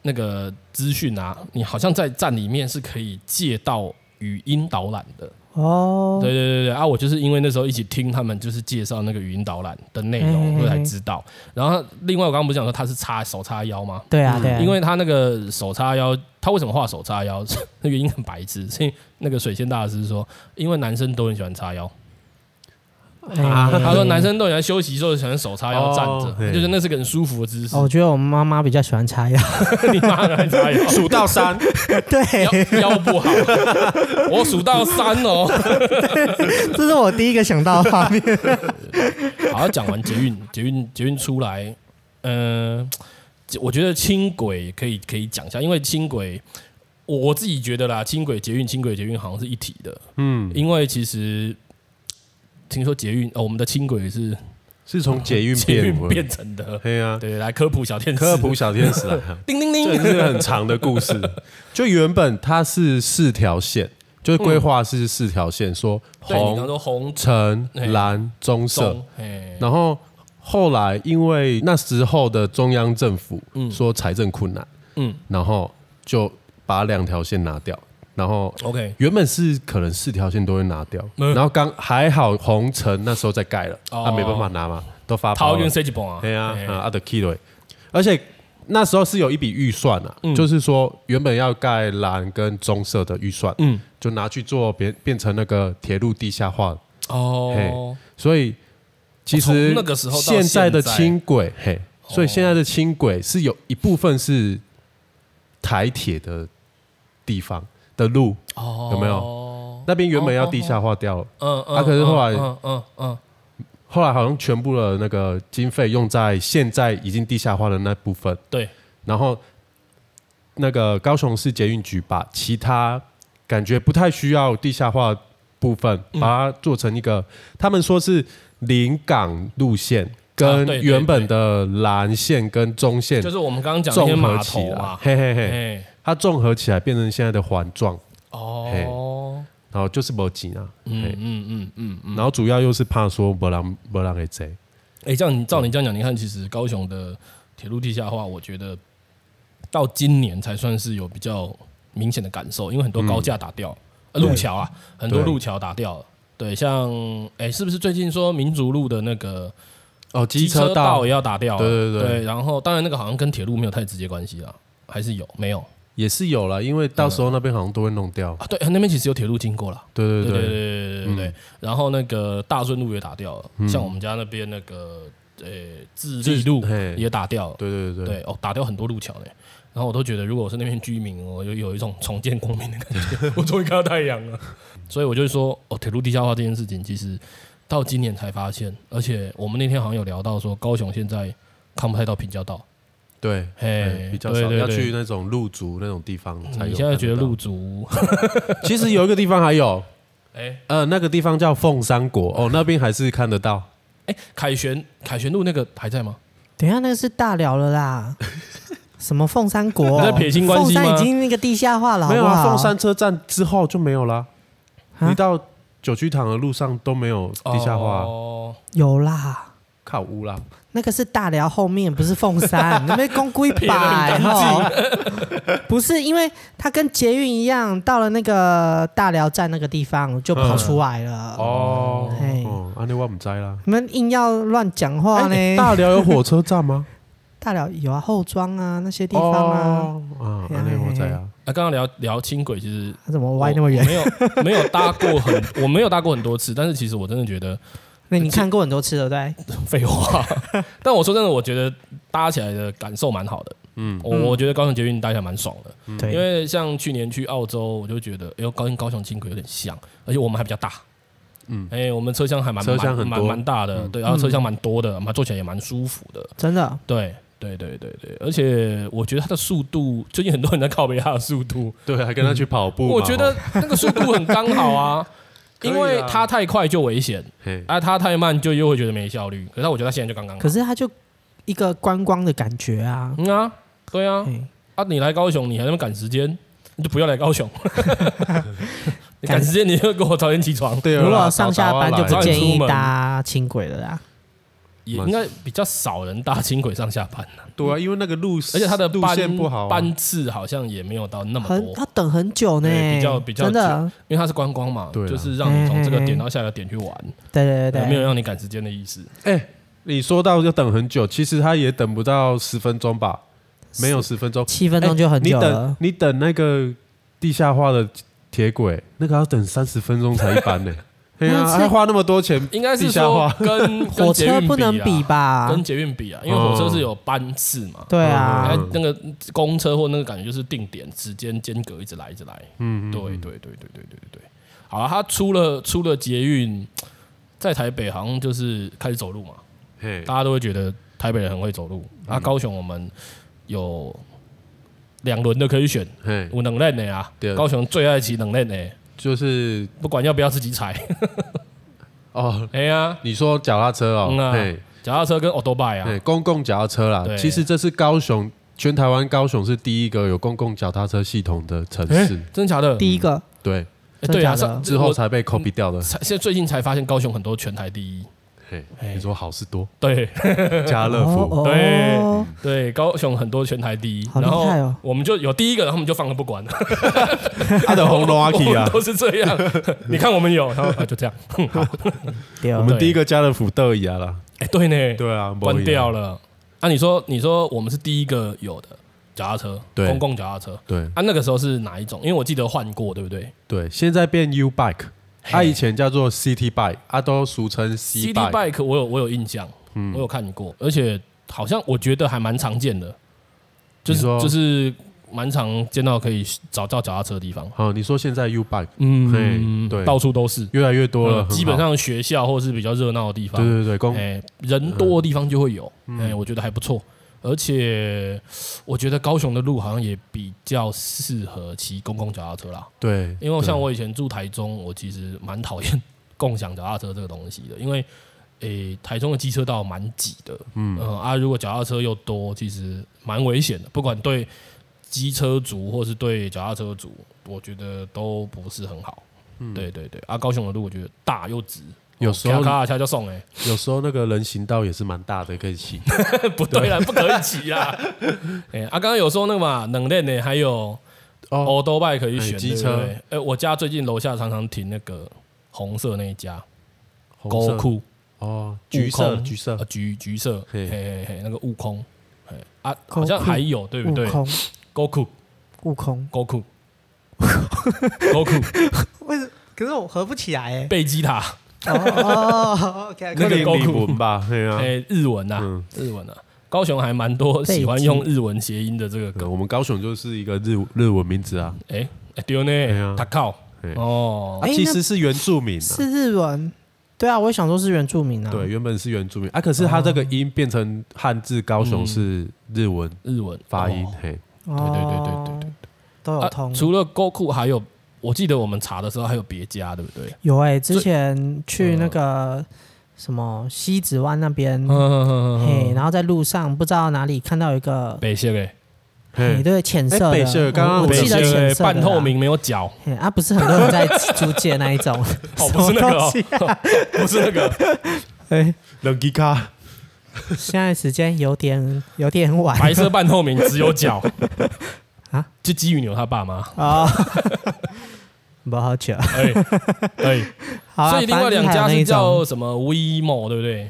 那个资讯啊，你好像在站里面是可以借到语音导览的。
哦，
对对对对啊！我就是因为那时候一起听他们就是介绍那个语音导览的内
嘿嘿
容，
嘿
我才知道。然后另外我刚刚不是讲说他是叉手叉腰吗？
对啊对啊，
嗯因为他那个手叉腰，他为什么画手叉腰？ 那原因很白痴，是因为那个水仙大师说，因为男生都很喜欢叉腰。
啊
他说男生都喜欢休息的时候喜欢手叉腰站
哦嘿
着，就是那是个很舒服的姿势
哦，。我觉得我妈妈比较喜欢插腰，
你妈的还叉 腰，
数 到三，
对，
腰腰不好。我数到三哦。
这是我第一个想到的画面。
好，讲完捷运，捷运，捷运出来，嗯、我觉得轻轨可以可以讲一下，因为轻轨我我自己觉得啦，轻轨捷运、轻轨捷运好像是一体的，
嗯，
因为其实听说捷运哦，我们的轻轨是
是从捷运
捷
变
运变成的，
对啊，
对，来科普小天使，
科普小天使啊，
叮叮
这
叮，
是个很长的 故事。就原本它是四条线，就是规划是四条线，说
嗯对，你刚刚说
红、
红
橙、
嘿
蓝、棕、色。
棕，哎，
然后后来因为那时候的中央政府说财政困难，
嗯
然后就把两条线拿掉，然后
，OK，
原本是可能四条线都会拿掉，
嗯
然后刚还好红城那时候在盖了，
哦
啊没办法拿嘛，都发包
桃
了
园 C 级棚啊，
对啊
嘿
啊阿德 key 对，而且那时候是有一笔预算啊，
嗯
就是说原本要盖蓝跟棕色的预算，
嗯，
就拿去做变变成那个铁路地下化，
哦
嘿，所以其实
从那个时候到
现在的
现在
轻轨，嘿，所以
哦
现在的轻轨是有一部分是台铁的地方的路，
哦，
有没
有？
那边原本要地下化掉了，
嗯嗯，
啊可是后来
嗯嗯嗯，
后来好像全部的那个经费用在现在已经地下化的那部分，
对，
然后那个高雄市捷运局把其他感觉不太需要地下化的部分，把它做成一个，他们说是临港路线
啊
跟
对对
原本的蓝线跟中线
就是我们刚刚讲的那些
综合
码
起
头
来
嘛，，
嘿嘿嘿，
哎，
它综合起来变成现在的环状，
哦，
然后就是没紧啊，
嗯
嘿
嗯嗯嗯嗯，
然后主要又是怕说没人没人给贼，
哎，这样你照你这样讲，你看其实高雄的铁路地下化，我觉得到今年才算是有比较明显的感受，因为很多高架打掉，呃
对
路桥啊，很多
嗯对
路桥打掉了。对，像哎，是不是最近说民族路的那个
哦，
机
机
车
车
道
道
也要打掉啊？
对对
对
对
然后当然那个好像跟铁路没有太直接关系啦，还是有没有
也是有了，因为
嗯
到时候那边好像都会弄掉，
啊？对，那边其实有铁路经过啦。
对
对
对
对对对
对，
对对。然后那个大顺路也打掉了，像我们家那边那个呃自立路
嘿
也打掉了，
对对对
对哦，打掉很多路桥嘞。然后我都觉得，如果我是那边居民，我有有一种重见光明的感觉，我终于看到太阳了。所以我就说，哦，铁路地下化这件事情，其实到今年才发现，而且我们那天好像有聊到说，高雄现在看不太到平交道，
对，
嘿
哎，，比较
对
少
对
要
对嗯
去那种陆竹那种地方才有。
你现在觉得路？竹，
其实有一个地方还有，
哎
呃，那个地方叫凤山国哦，那边还是看得到。
哎，凯旋凯旋路那个还在吗？
等一下那个是大聊了啦，什么凤山国、
你在撇清关系吗
凤山已经那个地下化了好
没
不
有
好，
啊，凤山车站之后就没有啦。
啊
你到九曲塘的路上都没有地下化，
哦，
有啦。
靠屋啦。
那个是大寮后面，不是凤山，那边公龟百哈，不是因为它跟捷运一样，到了那个大寮站那个地方就跑出来了。
哦
嘿，
哦，安尼我唔知啦。
你们硬要乱讲话呢？
哎大寮有火车站吗？
大寮有啊，后庄啊那 些地方啊，
哦，啊，安尼我知啊。
那刚刚聊聊轻轨，其实
它怎么
我
歪那么
我
远？
没 有没有搭过很，我没有搭过很多次，但是其实我真的觉 得
那你看过很多次了，对不对？
废话。但我说真的，我觉得搭起来的感受蛮好的。嗯，我我觉得高雄捷运搭起来蛮爽的，因
对，
为像去年去澳洲，我就觉得，哎呦，高雄高雄轻轨有点像，而且我们还比较大。嗯
嗯，
哎，我们车厢还蛮
车厢
蛮
很
蛮
多嗯
蛮大的，对，然后车厢蛮多的，蛮坐起来也蛮舒服的。
真的
对，对，对，对，对，而且我觉得它的速度，最近很多人在靠背它的速度，
对，啊还跟他去跑步嘛。
我觉得
哦，
那个速度很刚好 啊，
可以
因
啦
为它太快就危险，
嘿
啊，它太慢就又会觉得没效率。可是我觉得它现在就刚刚好
可。是它就一个观光的感觉啊。
嗯啊，对啊，
嘿
啊，你来高雄，你还那么赶时间，你就不要来高雄。 你赶时间，你就给我早点起床。
对啊
如果上下班就
早
不
点
建
出
议
门
搭轻轨了啦。
也应该比较少人搭轻轨上下班了，
对啊，因为那个路，
而且它的
路
班
线不好啊，
班次好像也没有到那么多，
很要等很久呢
对，比较比较
真的，
因为它是观光嘛，
对啊
就是让你从这个点到下一个点去玩，
对对对对，
没有让你赶时间的意思。
哎、你说到要等很久，其实他也等不到十分钟吧？没有十分钟，
七分钟就很
你
久
等
哎
了。
你等那个地下化的铁轨，那个要等三十分钟才一班呢、对啊，
那是
还花那么多钱，
应该是
地下
说
化
跟
火车不能比
比啦啊
吧
跟？捷运比啊，因为火车是有班次嘛。
对
哎
啊，
那个公车或那个感觉就是定点时间间隔一直来一直来。嗯，对对对对对对对对。好了，他出了出了捷运，在台北好像就是开始走路嘛，
嘿
嗯大家都会觉得台北人很会走路。啊，高雄我们。有两轮的可以选，
嘿，
有冷链的啊
对，
高雄最爱骑冷链的，
就是
不管要不要自己踩，
哦，
哎呀，
你说脚踏车哦
嗯，啊
嘿，
脚踏车跟 o t o b i 啊
对，，公共脚踏车啦
对。
其实这是高雄，全台湾高雄是第一个有公共脚踏车系统的城市。
真假的？
第一个
对，
哎对啊，
真假的
上
之后才被 copy 掉的
哎我。才现在最近才发现高雄很多全台第一，
嘿，
哎
你说好事多，
对
家乐 福，
哦
对
哦
对，高雄很多全台第一，
好厉
然
害
后
哦
我们就有第一个，然后我们就放了不管，
他的红龙 阿
我
基啊
们，都是这样，你看我们有，然后啊就这样，哼好
对
我们第一个家乐福的牙啦。
哎对呢，
对啊，
关掉
了。
了。啊，你说你说我们是第一个有的脚踏车，
对
公共脚踏车。
对
啊，那个时候是哪一种？因为我记得换过，对不对
对，现在变 U Bike，它
哎
嘿
以前叫做 City Bike，它都俗称 C
？CD
E Bike。嗯
bike 我有我有印象，我有看过，而且好像我觉得还蛮常见的，就是
你说
就是蛮常见到可以找到脚踏车的地方。
好，你说现在 U Bike
嗯，
嘿对
到处都是，
越来越多
嗯
了，很好
基本上学校或是比较热闹的地方
对，对对，公
哎，人多的地方就会有，
嗯
哎，我觉得还不错。而且我觉得高雄的路好像也比较适合骑公共脚踏车啦，
对，
因为像
对
我以前住台中，我其实蛮讨厌 共享脚踏车这个东西的，因为诶，台中的机车道蛮挤的，嗯啊，如果脚踏车又多，其实蛮危险的，不管对机车族或是对脚踏车族，我觉得都不是很好。对对对，啊，高雄的路我觉得大又直，
有时
咔
候
咔一下就送哎、
有时候那个人行道也是蛮大的，可以骑。
不对啦，不可以骑 啦。哎、啊，刚刚有说那个嘛，冷链呢，还有
哦，
欧多拜可以选
哎机
对不
车
对哎、我家最近楼下常常停那个红色那一家，
红
狗
色
库
哦，橘色橘色
呃，橘橘色，嘿
嘿
嘿嘿，那个悟空，哎啊，
Goku
好像还有对不
悟
对
空，
？Goku，Goku，Goku。Goku
悟空，
Goku Goku
为什？可是我合不起 来哎。
贝吉塔，
啊
哦，OK，
那个
狗
李文吧，对啊。
哎，日文呐
嗯，
日文呐，高雄还蛮多喜欢用日文谐音的这个
嗯
梗，
我们高雄就是一个日日文名字啊，
哎，哎对呢，
呀
他靠
哎
哦
啊，
哎
其实是原住民啊，
是日文。对啊，我也想说是原住民啊。
对，，原本是原住民啊，可是他这个音变成汉字，高雄是日文
日文
发音
哦，
嘿，
对
对对对对对
对，都有
啊
通。
除了勾库，还有我记得我们查的时候还有别家，对不对？
有哎，之前去那个什么西子湾那边，嘿，
呃嗯，
然后在路上不知道哪里看到一个，
北谢嘞，
嘿，
嘿，
对，浅色
哎
的
北色，刚刚
我我
北
记
谢
得
嘞
浅，色的啦
半透，明没有脚，
嘿啊，不是很多人在租借那一种，
哦，
什
不是那
么
个、
东
哦
西 啊？
不是那个，
哎，
冷吉卡，
现在时间有点有 点晚
白色半透明只有脚
啊，
就基宇牛他爸 妈。
啊，不好久。
哎哎，
好啊
所以另
反
外
正
两
还有
家
那
是
一种
叫什么 WeMo 对不对？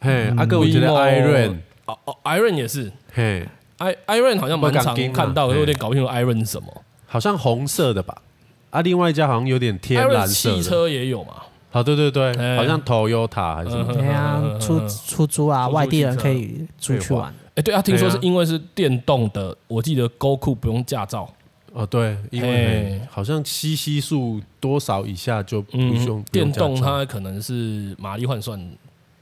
嘿，阿哥我觉得
WeMo
Iron，
哦哦，Iron 也是
嘿，
，I Iron 好像蛮
不
常
敢听啊
看到，可是我有点
哎
搞不清楚 Iron 是什么。
好像红色的吧，啊，另外一家好像有点天
Iron
蓝色
汽
的，
车也有嘛？嗯
好，对对
哎呃
对，好像 Toyota 还是什么，
对啊， 出出租啊，
出租
外地人
汽车
可以出去玩。
哎，对啊，听说
对啊
是因为是电动的，我记得 Go 库不用驾照。
哦，对，因为
嘿
好像七息数多少以下就不用
哎嗯，电动
不用驾照
它
嗯
可能是马力换算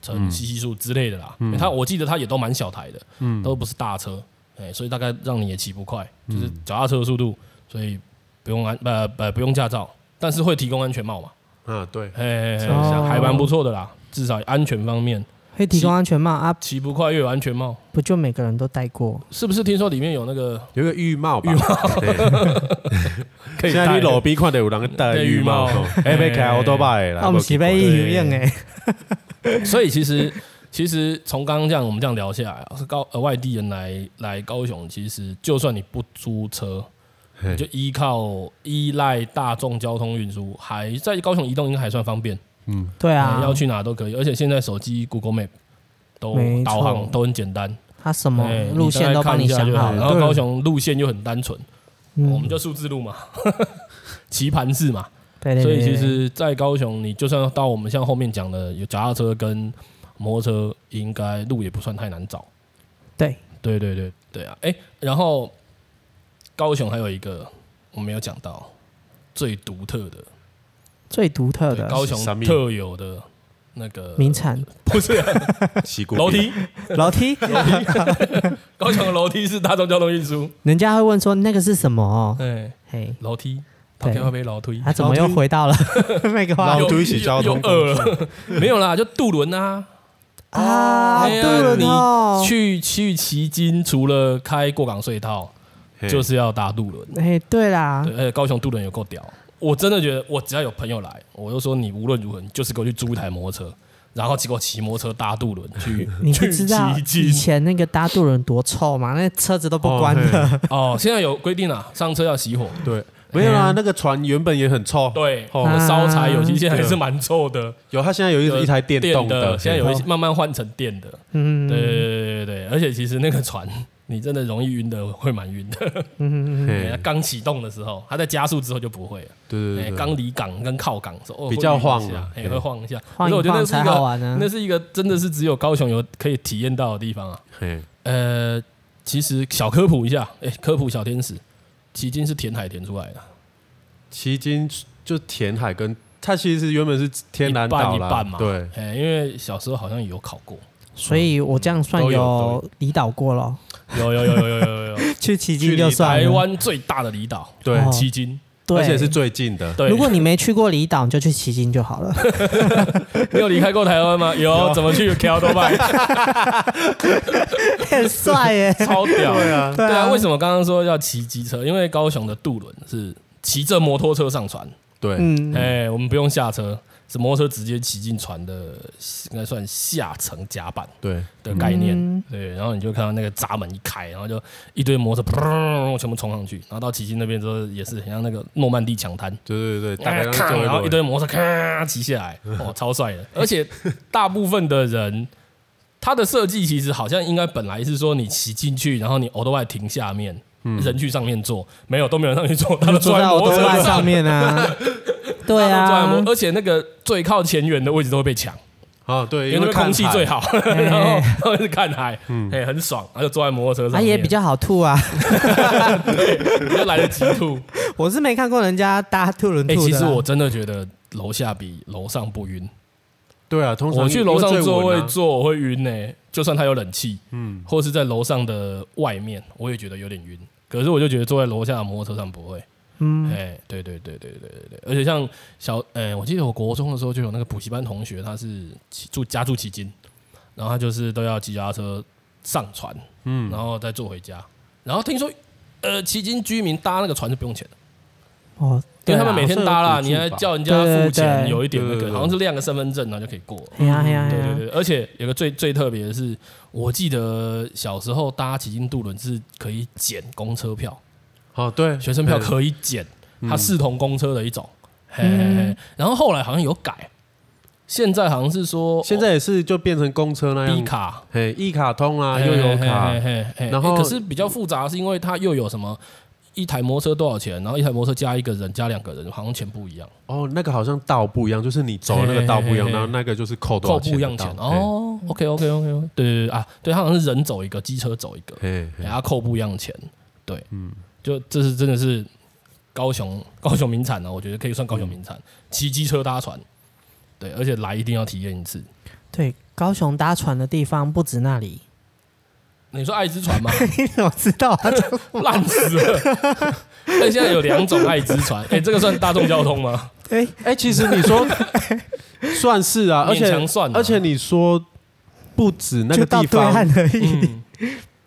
成吸吸数之类的啦。哎它我记得它也都蛮小台的，
嗯
都不是大车，哎，所以大概让你也骑不快，就是
嗯
脚踏车的速度，所以不用安呃呃不用驾照，但是会提供安全帽嘛，
啊，对，
哎，嘿
哦
还蛮不错的啦，至少安全方面，
会提供安全帽啊，
骑不快又有安全帽，
不就每个人都戴过？
是不是？听说里面有那个
有个浴帽吧，对
可以
现在
戴
你路边看到有人戴浴帽
戴浴帽，哎
哎，被开好多摆啦，
啊，我们是被一样哎，
所以其实 其实从刚刚这样我们这样聊下来啊，是高呃外地人来来高雄，其实就算你不租车，
嘿
你就依靠依赖大众交通运输，还在高雄移动应该还算方便，
对啊
嗯，要去哪都可以，而且现在手机 Google Map 都
没错
导航都很简单，
他什
哎
么路线都帮你想好
你大概看一下就
了。
然后
对
高雄路线又很单纯，我们
嗯，
就数字路嘛， 棋盘式嘛，
对对对。
所以其
对
实，在高雄，你就算到我们像后面讲的有脚踏车跟摩托车，应该路也不算太难找。
对
对对对对啊！哎、然后高雄还有一个我没有讲到最独特的，
最独特
对
的
高雄
是什么
特有的那个
名产
不是
西谷
楼梯，
楼梯，
高雄的楼梯是大众交通运输。
人家会问说那个是什么？哦
哎，
嘿，
楼梯，他
嗯对
会被楼梯
他、。怎么又回 到了那个话
老
题
又
推起交通
又饿了，没有啦，就渡轮啊。
啊？
哎
对
呀
了
你
哦，
去去旗津，除了开过港隧道，就是要搭渡轮。
哎，对啦
对，，而且高雄渡轮有够屌，我真的觉得，我只要有朋友来，我就说你无论如何，你就是给我去租一台摩托车，然后结果骑摩托车搭渡轮去
你不
去
知道
旗
以
津。
前那个搭渡轮多臭吗？那车子都不关
哦
的，
哦，现在有规定啊，上车要熄火。
对，没有
哎呀
啊，那个船原本也很臭，
对，
哦
我烧柴
啊
有机现在还是蛮臭的，
有它现在有
有
一一台电动
的，现在有一些
哦
慢慢换成电的。对对
嗯，
对对对，而且其实那个船。你真的容易晕的，会蛮晕的。
嗯嘿
对它刚启动的时候，它在加速之后就不会了。
对对
哎
对，对
刚离港跟靠港的时候，哦
比较晃
会晕一下
啊，
哎，
对
会晃一下。
晃
可
一
是我觉得那
晃
是一
才好
个，
玩呢
啊
那。是一个真的是只有高雄有可以体验到的地方啊。
嘿
呃，其实小科普一下，哎，科普小天使，迄今是填海填出来的，
旗津就填海跟它其实原本是天然岛
一半
啦，
一半嘛。
对，
哎，因为小时候好像有考过，
所以我这样算
都有
有离岛过咯，
有有有有有有有有。
去奇
去
境就
离
算
台
了
湾最大的离岛，
对
哦
迄今，
对，
而且是最近的，
对，
如果你没去过离岛，你就去奇境就好 了。
你有离开过台湾 吗？有，啊怎么去 k l d o b y
很 帅耶！
超屌。对啊，
对啊
为什么刚刚说要骑机车？因为高雄的渡轮是骑着摩托车上船，
对，
嗯，
哎，我们不用下车，是摩托车直接骑进船的，应该算下层甲板
对，
的概念。
嗯
对，然后你就看到那个闸门一开，然后就一堆摩托车砰全部冲上去，然后到旗津那边之后也是很像那个诺曼底抢滩。
对对对，
大
大概
概
那
咔，
种
然后一
种
堆摩托车咔骑下来，哦，超帅的！而且大部分的人，他的设计其实好像应该本来是说你骑进去，然后你 o 多外停下面，
嗯
人去上面坐，没有都没有人上去坐，他都坐
坐
在
在
摩
我
托
多
车
半上面啊，
他都
对
坐在
啊
摩，而且那个最靠前缘的位置都会被抢，
啊，对，
因为那边
看
空气
海嗯
最， 好，
哎
然后然后是看海，哎，很爽，然后就坐在摩托车上
啊
面，
也比较好吐啊。
比较来得及吐。
我是没看过人家搭渡轮
哎，
吐的啊。
其实我真的觉得楼下比楼上不晕。
对啊，通常
我去
因为
楼上
最稳
座位
啊
坐我会晕呢、就算它有冷气，嗯，或是在楼上的外面，我也觉得有点晕。可是我就觉得坐在楼下的摩托车上不会，嗯，哎、对对对对对对对，而且像小，哎、我记得我国中的时候就有那个补习班同学，他是骑住家住旗津，然后他就是都要骑脚踏车上船，嗯，然后再坐回家。然后听说，呃，旗津居民搭那个船是不用钱的，
哦，
因
对
为
啊
他们每天搭
好
啦，
像
你
有补助
还
吧
叫人家付钱，
对对对
有一点那
对对
个，
对
好像是亮个身份证，然后就可以过了。嗯
哎呀哎呀哎
对对
呀，
对，而且有个最最特别的是，我记得小时候搭骑进渡轮是可以捡公车票，
哦，对，
学生票
对
可以捡，
嗯
它视同公车的一种。嘿嘿嘿，然后后来好像有改，现在好像是说
现在也是就变成公车那
哦 B
样，
卡
嘿，一卡通啊，又有卡
嘿，嘿嘿嘿
然后
可是比较复杂，是因为它又有什么一台摩托车多少钱，然后一台摩托车加一个人加两个人，好像钱不一样，
哦，那个好像道不一样，就是你走的那个道不一
嘿嘿
样，
嘿
然后那个就是扣多
扣
少
不一样
的
钱
道。
哦。OK OK OK OK，对对对啊，对，它好像是人走一个，机车走一个。
嘿，嘿，
给
嘿
他扣不一样的钱。对，嗯，就这是真的是高雄高雄名产啊呢、我觉得可以算高雄名
嗯
产，骑机车搭船。对，而且来一定要体验一次。
对，高雄搭船的地方不止那里。
你说爱之船吗？
你怎么知道啊？
烂死了！但现在有两种爱之船，哎、这个算大众交通吗？
哎，
哎，其实你 说算是啊，而
勉强
且
算啊
而且你说不止那
就
个
到
地
对
方
岸，而 已。
嗯，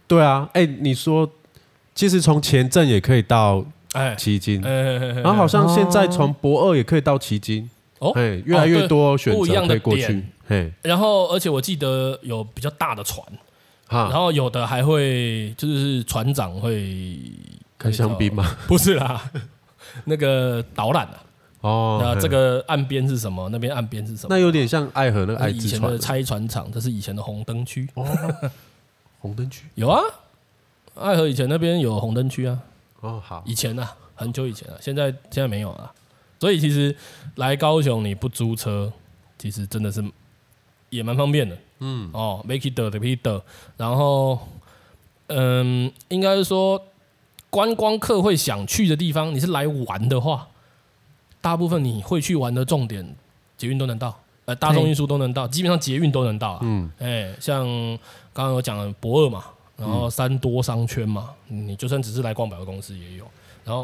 对啊，哎，你说其实从前镇也可以到
哎、
旗津，
哎哎哎哎
然后好像现在从博二也可以到旗津，
哦
嘿，越来越多选
不一样
择
的
可以过去
点，
嘿，
然后而且我记得有比较大的船，然
哈，
后有的还会就是船长会
开香槟吗？
不是啦，那个导览啊，
哦，
那
嘿
这个岸边是什么？那边岸边是什么？
那有点像爱河那个
那
爱
是以
之
前
船
的，拆船厂，这是以前的红灯区。
哦，红灯区，
有啊，爱河以前那边有红灯区啊，
哦，好，
以前啊，很久以前啊，现在现在没有啊。所以其实来高雄你不租车，其实真的是也蛮方便的。嗯，哦，make it 的 p i t 然后嗯，应该是说观光客会想去的地方，你是来玩的话，大部分你会去玩的重点，捷运都能到。呃大众运输都能到，基本上捷运都能到啊。嗯，哎、像刚刚有讲的博二嘛，然后三多商圈嘛，你就算只是来逛百货公司也有。然后、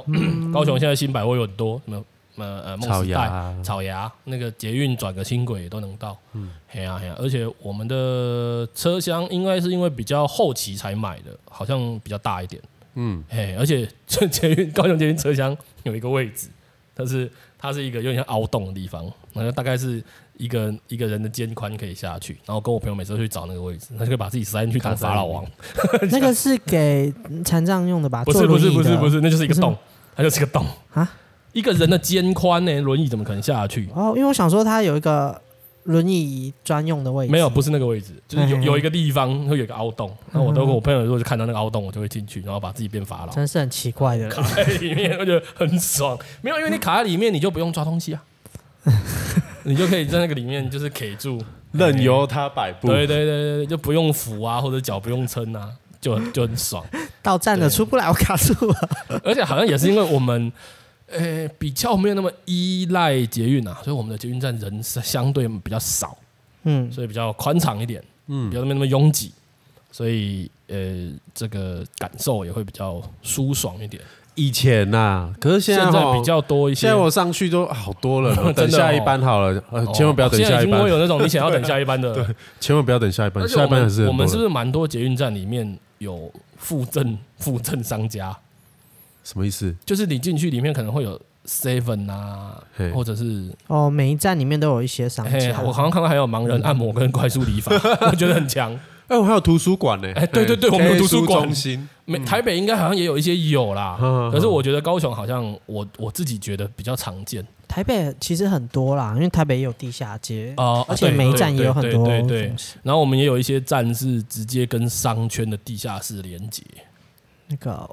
高雄现在新百货有很多什么呃呃梦
嗯草
时
芽
代、草芽，那个捷运转个轻轨也都能到。嗯，嘿呀、嘿呀、而且我们的车厢应该是因为比较后期才买的，好像比较大一点。
嗯，
哎，而且这捷运高雄捷运车厢有一个位置，它是它是一个有点像凹洞的地方，然后大概是一个一个人的肩宽可以下去，然后跟我朋友每次都去找那个位置，他就会把自己塞进去当法老王，
那个是给残障用的吧？
不是
坐
不
啊轮
是
椅
不是
的
不是，那就是一个
不是
洞，它就是个洞
啊！
一个人的肩宽呢，轮椅怎么可能下得去？
哦，因为我想说它有一个轮椅专用的位置，
没有，不是那个位置，就是有
嗯
有一个地方会有一个凹洞，那我都我朋友如果就看到那个凹洞，我就会进去，然后把自己变 法老，
真是很奇怪的。
卡在里面，我觉得很爽。没有，因为你卡在里面，你就不用抓东 西啊，你就可以在那个里面就是 K 住，
任由他摆布。
对对对对对，就不用扶啊，或者脚不用撑啊，就很就很爽。
到站了
对
出不来，我卡住了。
而且好像也是因为我们，呃，比较没有那么依赖捷运啊，所以我们的捷运站人是相对比较少，
嗯，
所以比较宽敞一点，
嗯
比较没那么拥挤，所以呃，这个感受也会比较舒爽一点。
以前呐、可是现
现
在
在
齁
比较多一些，
现在我上去都好多 人
真的
了，等下一班好了，呃，千万不要等
哦现
下
在已
一
经
班
会，有那种你想要等下一 班的，
千万不要等下一
而
班，
且
下
我
一班还
们
是
我们
很
是
多
不是
人
蛮多捷运站里面有附赠附赠商家？
什么意思？
就是你进去里面可能会有 Seven 啊
嘿，
或者是
哦，每一站里面都有一些商
嘿，
家。
我好像看到还有盲
嗯
人按摩跟快速 理发，我觉得很强。
哎，我还有图书馆呢，
哎对对对
哎
我们有图书馆
中心，
没
嗯
台北应该好像也有一些有 啦
嗯，
可是我觉得高雄好像我我自己觉得比较常见
台北其实很多啦，因为台北也有地下街，
啊，
嗯而且
对
每一站也有很多
对对对对
东。西
然后我们也有一些站是直接跟商圈的地下室连接，
那个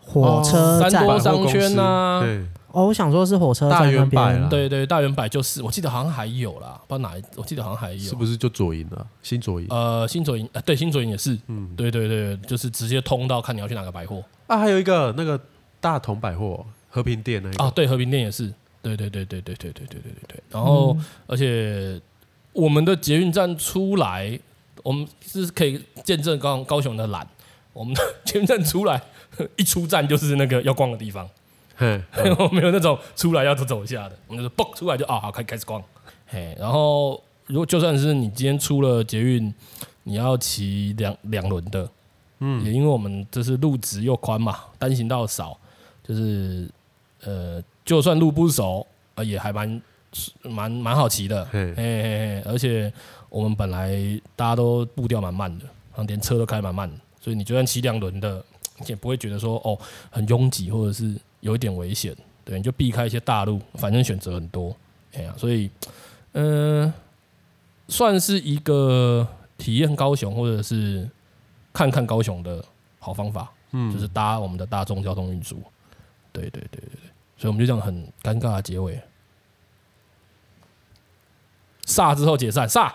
火车
三
站
多
百货
商圈啊
公司
哦，我想说是火车站
大
那
圆柏
边
啦。
对对，大圆柏就是，我记得好像还有啦，不知道哪一，我记得好像还有，
对，是不是就左营啊？新左营
呃，新左营，呃，对，新左营也是，
嗯
对对对，就是直接通到看你要去哪个百货
啊，还有一个那个大同百货和平店那一
啊，
个，
对，和平店也是，对对对对对对对对对对对。然后，而且我们的捷运站出来，我们是可以见证高高雄的懒，我们的 捷运站出来一出站就是那个要逛的地方，
嘿，
我没有那种出来要走走一下的，我们就是蹦出来就啊，好开开始逛。 嘿，然后如果就算是你今天出了捷运，你要骑两两轮的，嗯，也因为我们这是路直又宽嘛，单行道少，就是呃，就算路不熟，呃，也还蛮蛮蛮好骑的，嘿嘿
嘿
嘿，而且我们本来大家都步调蛮慢的，然后连车都开蛮慢的，所以你就算骑两轮的，也不会觉得说哦很拥挤或者是有一点危险，对，你就避开一些大路，反正选择很多，哎呀、所以嗯、算是一个体验高雄或者是看看高雄的好方法，嗯，就是搭我们的大众交通运输。对对对对对，所以我们就这样很尴尬的结尾。煞之后解散，煞